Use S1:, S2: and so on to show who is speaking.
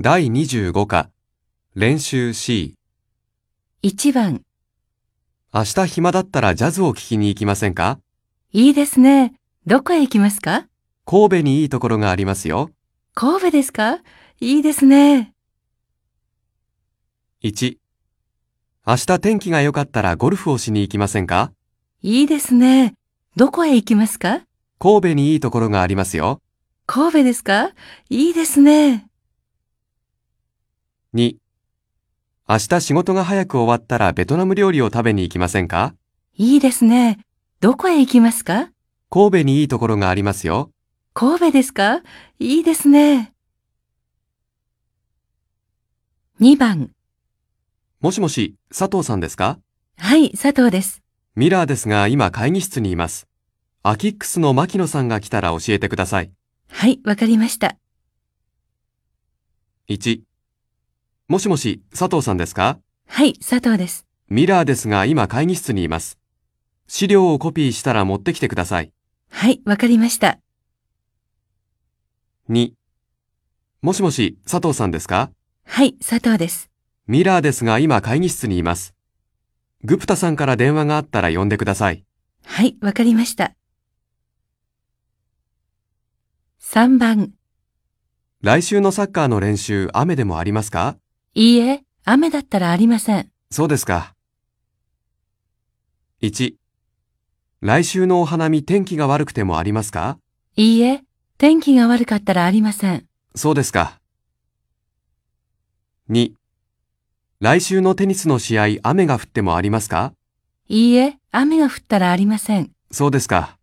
S1: 第25課、練習 C。
S2: 1番、
S1: 明日暇だったらジャズを聴きに行きませんか
S2: いいですね。どこへ行きますか
S1: 神戸にいいところがありますよ。
S2: 神戸ですかいいですね。
S1: 1。明日天気が良かったらゴルフをしに行きませんか
S2: いいですね。どこへ行きますか
S1: 神戸にいいところがありますよ。
S2: 神戸ですかいいですね。
S1: 2。明日仕事が早く終わったらベトナム料理を食べに行きませんか
S2: いいですね。どこへ行きますか
S1: 神戸にいいところがありますよ。
S2: 神戸ですかいいですね。2番、
S1: もしもし、佐藤さんですか
S2: はい、佐藤です。
S1: ミラーですが今会議室にいます。アキックスの牧野さんが来たら教えてください。
S2: はい、わかりました。
S1: 1。もしもし、佐藤さんですか
S2: はい、佐藤です。
S1: ミラーですが今会議室にいます。資料をコピーしたら持ってきてください。
S2: はい、わかりました。
S1: 2。もしもし、佐藤さんですか
S2: はい、佐藤です。
S1: ミラーですが今会議室にいます。グプタさんから電話があったら呼んでください。
S2: はい、わかりました。3番、
S1: 来週のサッカーの練習、雨でもありますか
S2: いいえ、雨だったらありません。
S1: そうですか。1。来週のお花見天気が悪くてもありますか
S2: いいえ、天気が悪かったらありません。
S1: そうですか。2. 来週のテニスの試合、雨が降ってもありますか
S2: いいえ、雨が降ったらありません。
S1: そうですか。